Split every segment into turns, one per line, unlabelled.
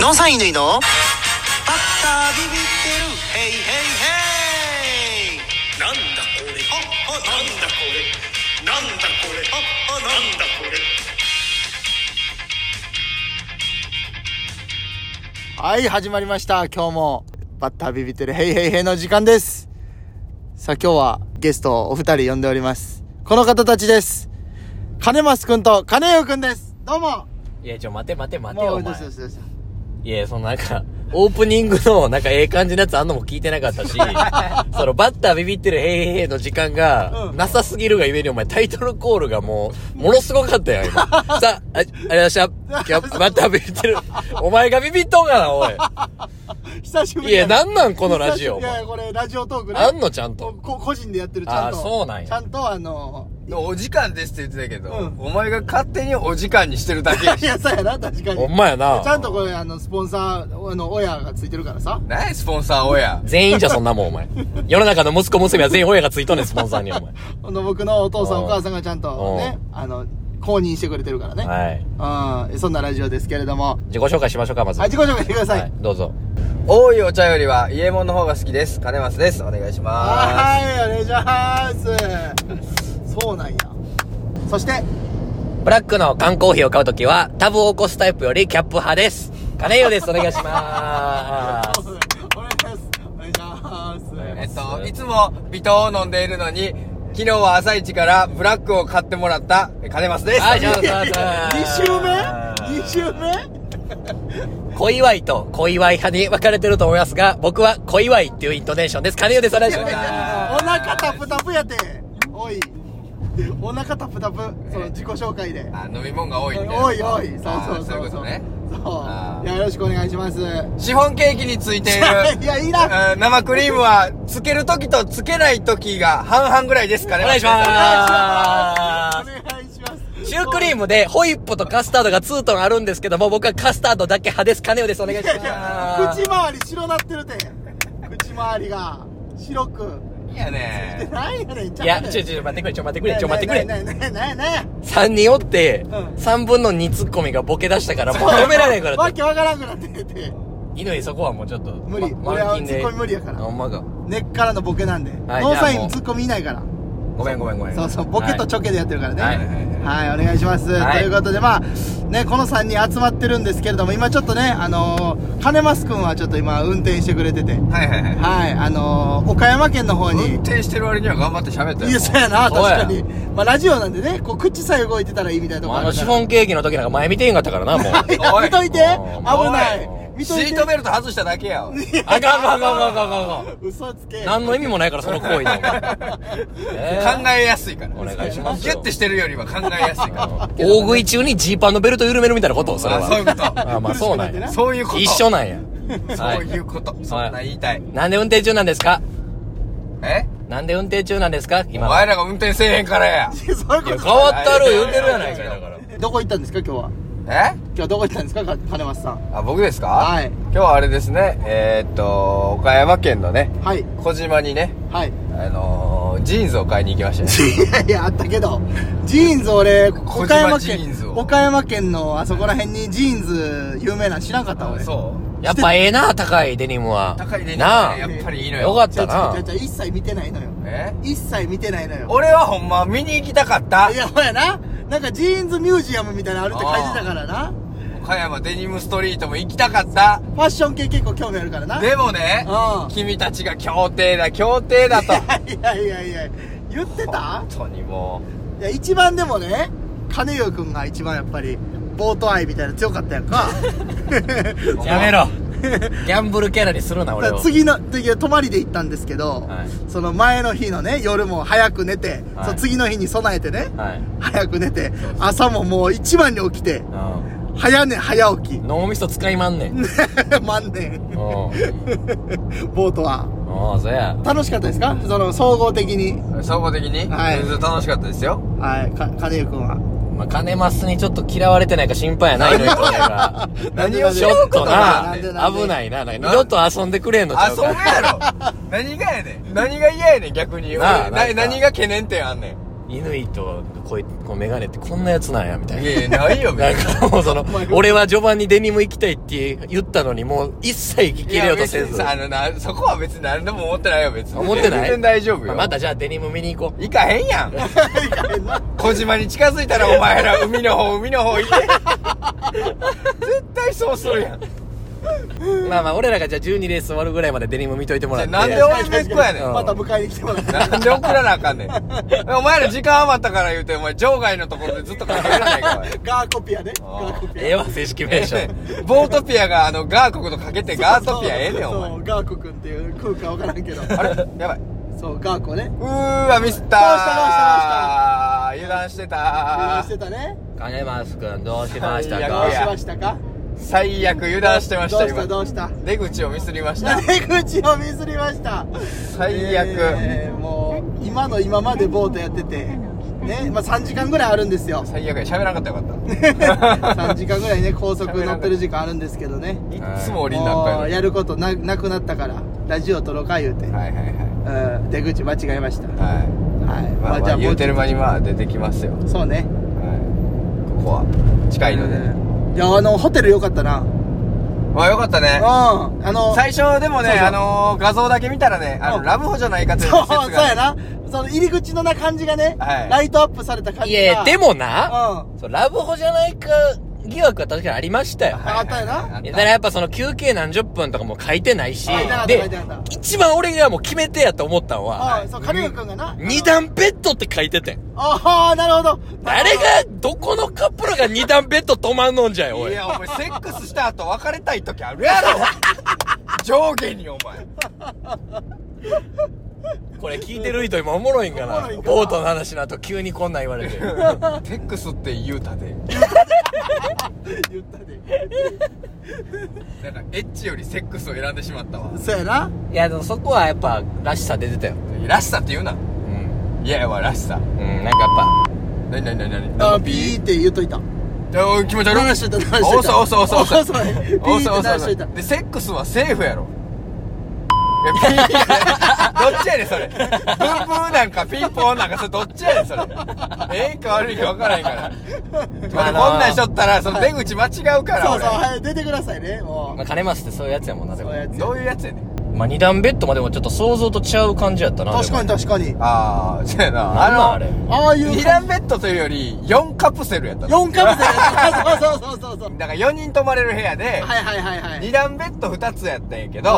ノンサインぬいのバッタービビってるヘイヘイヘイ
なんだこれ
ああ
なんだこれなんだこれ
ああな
なんだこれ
はい、始まりました。今日も、バッタービビってるヘイヘイヘイの時間です。さあ、今日はゲストをお二人呼んでおります。この方たちです。金松くんと金代くんです。どうも。
いや、ちょ、待て待て待て
も
よ、
う
お前
です。ですです
いや、そのなんか、オープニングの、なんか、ええ感じのやつあんのも聞いてな かったし、その、バッタービビってるへいへいへいの時間が、なさすぎるがゆえに、お前、タイトルコールがもう、ものすごかったよ、今。 さあ、あ、ありがとうございました。今日バッタービビってる。お前がビビっとんかな、おい。
久しぶり
いや、なんなん、このラジオ。お
いやい
前
や、これ、ラジオトークね。
あんの、ちゃんと。
こ個人でやってる、ちゃんと。
あーそうなんや
ちゃんと、あの
お時間ですって言ってたけど、
うん
お前が勝手にお時間にしてるだけ や
い
し。
や、そうやな、確か
ほ
に。
んまや
ちゃ
な。
んとこれ、あの、スポンサー、あの、親がついてるからさ。
何やスポンサー親。
全員じゃ、そんなもん、お前。世の中の息子娘は全員親がついとんねん、スポンサーに、お前。
あの、僕のお父さん、
うん
お母さんがちゃんとね、あの、公認してくれてるからね。
はい。
うん、そんなラジオですけれども。
自己紹介しましょうか、まず。
はい、自己紹介してください。
はい、どうぞ。
多いお茶よりは、家物の方が好きです。金松です。お願いしま
はい、お願いします。そうなんや。そして、
ブラックの缶コーヒーを買うときは、タブを起こすタイプよりキャップ派です。金よです。お願いしま
お
す。
願いします。お願いします。
す。えっと、いつも微糖を飲んでいるのに、昨日は朝一からブラックを買ってもらった金松です。
はい、じゃあ、
あ
じゃあ、
二週目二週
目小祝いと小祝い派に分かれてると思いますが、僕は小祝いっていうイントネーションです。金よです。お願いし
目
ま
お
す。
腹タプタプやて。おい。お腹タプタプ。その自己紹介で。
飲み物が多いんで。
おいおい。そう
あ
そ
ー
う
そうい
そう。
うことね。
そ
あー
う。いや、よろしくお願いします。
シフォンケーキについている。
いや、いいな。
うん生クリームは、つけるときとつけないときが半々ぐらいですかね。
お願いし
お願いします
ま
お
す。
願いします
シュークリームでホイップとカスタードがツートンあるんですけども、僕はカスタードだけ派です。金よです。お願いし
いや
ます
口。周り白なってるて口周りが白く
いやね
でなんやねんち
いや、
う
ちょ、ちょ、待ってくれ、ちょ、待ってくれ、ちょ、待ってくれ。
ねえねえねえねえね
三人おって、
ん
三分の二ツッコミがボケ出したから、もう止められないから
わ
って。
けわからんくなってて
犬そこはもうちょっと、
無理
ま
俺は
満勤
ツ
で
ッコミ無理やから
あほんまか。
根っからのボケなんで、
い
ノーサ
じゃあ
イ
も
ン
う
ツッコミいないから
ごめんごめんごめん。
そうそうボケとチョケでやってるからねは
はいい、
お願いします、
はい
ということでまあねこの3人集まってるんですけれども今ちょっとねあのー、金ますくんはちょっと今運転してくれてて
はいはいはい。
はいあのー、岡山県の方に
運転してる割には頑張って喋ったよ。
いや、そうやな、確
そうや
かに。まあ、ラジオなんでね、こう、口さえ動いてたらいいみたいなと
も
こ
うあのシフ
ン。
ォンケーキの時なんか前見てへんかったからな、もう。
いや
おい
見といて
お
危
い
ない
おい
見
シ
といて
ートベルト外しただけやわ。
あかんあかんあかんあかんあかんあかん。
嘘つけ。
何の意味もないから、その行為の。えー
考えやすいから。
お願いします
ギ
よ
ュッてしてるよりは考えやすいか
大食い中にジーパンのベルト緩めるみたいなことそれ
あそういうこと
は。あ、まあそうなん
ら。
や。
そういうこと。
一緒なんや。
そういうこと。そんな言いたい。
なんで運転中なんですか
え
なんで運転中なんですか
お
今の。
前らが運転せえへんから や。
そういうこ
いや、
と
変わったろ、言うてるやないかいだから。
どこ行ったんですか、今日は。
え
今日はどこ行ったんですか、か金松さん。
あ、僕ですか
はい
今日はあれですね、えーっと、岡山県のね、
はい。
小島にね、
はい。
あのー、ジーンズを買いに行きましたね。
いやいや、あったけど、ジーンズ俺、
小島
岡山
ジーン
県
ズ、を
岡山県のあそこら辺にジーンズ有名なん知らんかった俺。う。
う
やっぱええな、高いデニムは。
高いね。
なあ。
やっぱりいいのよ。
よかっ
ちゃ
た
ちゃ
な
ちゃ。ちゃ、一切見てないのよ。
え
一切見てないのよ。
俺はほんま見に行きたかった
い。や、ほやな。なんかジーンズミュージアムみたいなのあるって書いてたからな。
岡山デニムストリートも行きたかった。
ファッション系結構興味あるからな。
でもね
うん、
君たちが協定だ、協定だと。
いやいやいや、言ってた
本当にも
いや、一番でもね、金代くんが一番やっぱり、ボート愛みたいなの強かったやんか。
う。
やめ ろ。ギャンブルキャラにする な、俺を。
次の、次は泊まりで行ったんですけど、
はい
その前の日のね、夜も早く寝て、
はい
そう次の日に備えてね、
はい。
早く寝て、朝ももう一番に起きて、
うん
早寝早起き。
脳みそ使いまんねん。うん。
万年、
あ
ボートは。
あ、そや。
楽しかったですかその、総合的に。
総合的に、
はい
全然楽しかったですよ。
はい、か金代くんは。
まあ、金マスにちょっと嫌われてないか心配やない のよ、これが。
何をし
ち
よ
ょ
う
っ
こととな
な、
ん
で
で。
なんで
危ないな。なんか二度と遊んでくれんのちゃ
遊
う
ぶ
か。
やろ。何がやねん。何が嫌やねん、逆に。
なあな
俺
んか
な何が懸念点あんねん。
い乾とこいこのメガネってこんなやつなんやみたい
い
な
やいや、ないよ、
なん
別に。
かもうその、俺は序盤にデニム行きたいって言ったのに、もう一切聞き入れようとせ
いや別
ず。
にさあのな、そこは別に何でも思ってないよ、別に。
思ってない
全然大丈夫よ。
またじゃあデニム見に行こう。
行かへ んやん。小島に近づいたらお前ら海の方、海の方行け。絶対そうするやん。じ
まあまあ、俺らがじゃあ12レース終わるぐらいまでデニム見といてもら
ゃ
っ
あ
て。
なんで俺の子やねん。
また迎えに来てもらって
なんで送らなあかんねん。お前ら時間余ったから言うて、お前場外のところでずっとかけらないか。おい
ガーコピアねガーコピア
ええわ、正式名 称。
ボートピアがあのガーコクとかけてガートピアええねん、
そう
お前。
ガーコくんっていう空間わからんけど
あれやばい。
そうガーコね
うーわ、ミスったー。油断してた
あ
ー
してたね
金松くんどうしました
最
ど
悪
う
か
し
や
ましたか
最悪油断してました、
どうしたど
今。
うした
出口をミスりました。
出口をミスりました
最悪
えーもう今の今までボートやっててねまあ3時間ぐらいあるんです よ
最悪や。喋らなかったらよかっ
3時間ぐらいね高速乗ってる時間あるんですけどね
た。いつも降りんなんか
もう
や
やることななくなったからラジオ撮ろうか言うて、
のはいはいはい。
うん、出口間違えましたはい、
はい。まあ、まあ、
じゃあ
言うてる
も
間にまあ出てきますよ。はい。
うそうね
ここは近いので。
いやあのホテルよかったなうん
まあよかったね。
あの
最初でもね、
そうそう
あのー、画像だけ見たらね、あ
う
の、
ん
ラブホじゃないかとい う
そう
説
そう
が、
や。なその入り口のな感じがね、
はい
ライトアップされた感
い
じが
やいや、でも
うん
な、
あ
そうラブホじゃないか疑惑は確かにありましたよ。
はい
ったやな
だからやっぱその休憩何十分とかも書いてないし
書いてなかっ、た書
で
いてなかっ、
一番俺がもう決めてやと思ったのは、
うんそうカリオ君がな
二段ベッドって書いててん。
ああなるほど
誰が、どこのカップルが二段ベッド止まんのんじゃよ、お
い
い。
や、お前、セックスした後別れたい時あるや ろ上下にお前。
これ聞いてる人今おもろいんか
おも
な
ろいんかな
ボートの話の後急にこんなん言われて。
セックスって言うたで。
言ったで
なんか、エッチよりセックスを選んでしまったわ。
そうやない
や、でもそこはやっぱ、らしさ出てたよ。
らしさって言うな。
うん。
いやいや、らしさ。
うん、なんかやっぱ、
なになになになに
あピーって言っといた
おい気持ち悪い。
流しといた流しといた
おそうおそうおそうおそう。
おそうやピーって
おそうおそうお
流しといた
そうで、セックスはセーフやろ。いや、ピー どっちやねん、それ。ブーブーなんかピンポンなんか、それどっちやねん、それ。ええか悪いか分からへんから。まあ、こんなんしとったら、その出口間違うから、
そう
俺
そうはい出てくださいねも
まあ、金ますってそういうやつやもんな、
う
で
そ
も
う。やつ
どういうやつやねん。
まあ、二段ベッドまでもちょっと想像と違う感じやったな。
確か
に。
に確かに
あー、そうやな。
あの、あ
あ
れ。
の、
ああいう
二段ベッドというより、4カプセルやったの。
4カ目でそうそうそうそうそう
だから4人泊まれる部屋で、
はいはいはいはい
二段ベッド2つやったんやけど、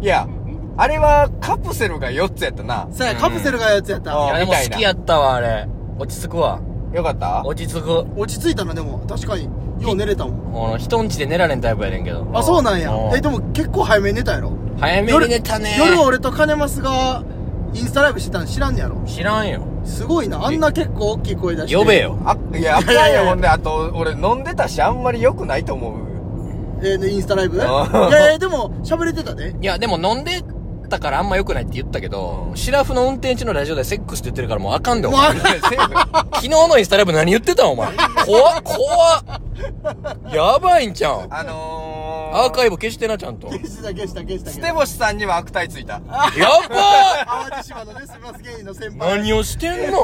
う
いや、あれはカプセルが4つやったな
うん。そうやカプセルがやつやった
うん
いや、でも
みたい
好
な
きやったわ、あれ。落ち着くわ。
よかった
落ち着く。
落ち着いたなでも確かによう寝れたもん
この、人んちで寝られんタイプやねんけど。
あそうなんや
うん
えでも結構早めに寝たやろ
早めに寝たね。
夜俺と金マスがインスタライブしてたの知らんねやろ
知らんよ。
すごいなあんな結構大きい声出して
呼べよ。
あ、いや、あかん
いやいや
よ、
いや
ほんで、あと、俺飲んでたし、あんまり良くないと思う。
えーねインスタライブい
あ
やいやでも喋れてた で
いや、でも飲んでたからあんま良くないって言ったけど、シラフの運転中のラジオでセックスって言ってるからもうあかんで、お
もうあ
前。
かん
セー
昨日のインスタライブ何言ってたんお前。怖っ、怖っ。やばいんちゃうん
フ。。あのー、
アーカイブ消してな、ちゃんと。や
消した消した消した
捨て星さんには悪態ついた。
ば
淡路島のねスマス芸人の先
ー
輩
何をしてんの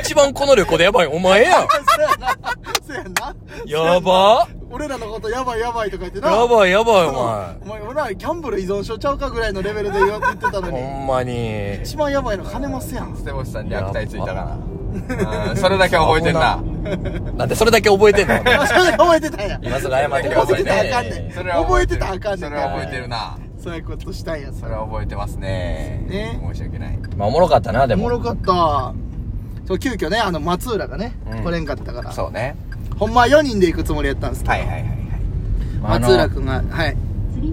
一番この旅行でやばい、お前やん。
そうやんな
やば
俺らのことやばいやばいとか言ってな
やばい、やばい、お
お前俺らギャンブル依存症ちゃうかぐらいのレベルで言ってたの
前。
に
ほんまに。
一番やばいの金ますやん
捨て星さんに悪態ついたから。うん、それだけは覚えてんな。
なんでそれだけ覚えてんの
あそれ覚えてたんや
今更謝ってくだ
覚え
さ
て
い
たらあかんね
ね
ん。
それは覚
覚え
えてる
てたらあかんねん
それは覚えてるな。
そういうことしたんやそ
そ
れ
れは覚えてますね。
ね
申し訳ない。
まあ、おもろかったな、で
おも
も。
ろかったそう急遽ねあの松浦がね、
うん
来れんかったから
そうね。
ほんまは4人で行くつもりやったんですけど、
はいはいはいはい。
あの
松浦くんがはい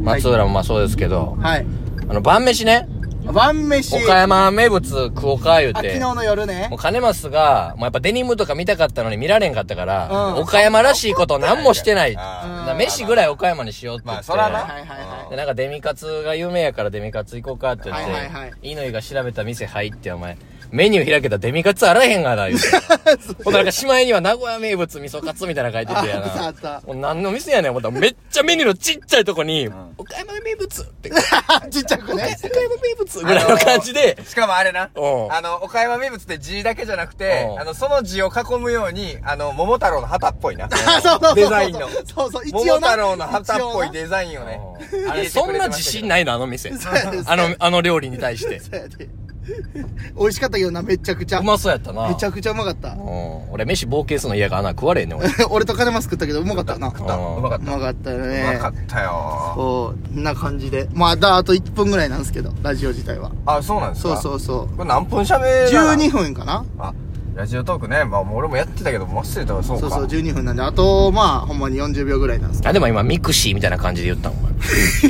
松浦もまあそうですけど、
はい
あの、晩飯ね、
晩飯
岡山名物食おうか言う
あ昨
て
日、の夜ね
もう金松が、もうやっぱデニムとか見たかったのに見られんかったから、
うん
岡山らしいこと何もしてない。だか
あ
ら飯ぐらい岡山にしようって言っ
まあ、
て。
そらな。
はいはいはい
で、なんかデミカツが有名やからデミカツ行こうかって言って、
はいはいはい
乾が調べた店入って、お前、メニュー開けたらデミカツあらへんがな、 言うて。ほんならなんか、しまいには名古屋名物味噌カツみたいなの書いててや
あ ったあった。
なもう何の店やねん、思ったらめっちゃメニューのちっちゃいとこに、岡山名物って、岡
ち っちゃくね。
山名物ぐらいの感じで、
しかもあれな
うん
あの岡山名物って字だけじゃなくて
うん
あのその字を囲むようにあの桃太郎の旗っぽいな
あ そうそうそう。
デザインの
そうそう、一
桃
応な
太郎の旗っぽい
一応な
デザインをね
あれ、そんな自信
ない
ないの、あの店
そうやで。
あの、あの料理に対 して。
そうやで美味しかったけどな、めちゃくちゃ。
うまそうやったな。
めちゃくちゃうまかった
う。ん。俺、飯冒険するの嫌が穴食われへんねん、俺。
俺と金マス食ったけど、うまかったな。う
た
うまかった
まかったよ
うま
ね
か。ったよ
こんな感じで。まあ、だ、あと1分ぐらいなんですけど、ラジオ自体は。
あそうなんです
そう
か
そうそう。
これ何分しゃべる
12分かな
あラジオトークねまあもう俺もやってたけど忘れたわそう
そう
か
そう、12分なんで、あと、まあ、ほんまに40秒ぐらいなん ですけ
あ、でも今、ミクシーみたいな感じで言ったん、お前。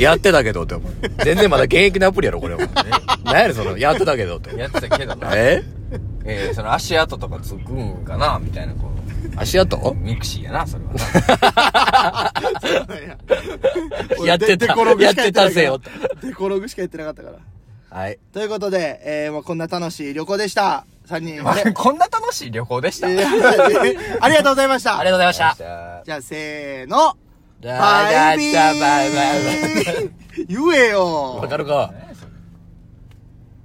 やってたけどって、お前。全然まだ現役のアプリやろ、これ、お前。何やねん、その、やってたけどって。
やってたけどな
え
えー、その足跡とかつくんかなみたいなこ
足跡
うミクシーやなそれはな
ど。いや
やってた
俺デコログしかな
やってた
い
ぜよ
デコログしかやってなかったから。
はい。
ということで、えー、まあこんな楽しい旅行でした。3人。
あれこんな 楽しい旅行でした、
え ー ありがとうございました。
ありがとうございました。
じゃあ、せーの。
バ
バイビー
バイバイバイ
言えよ
わかるか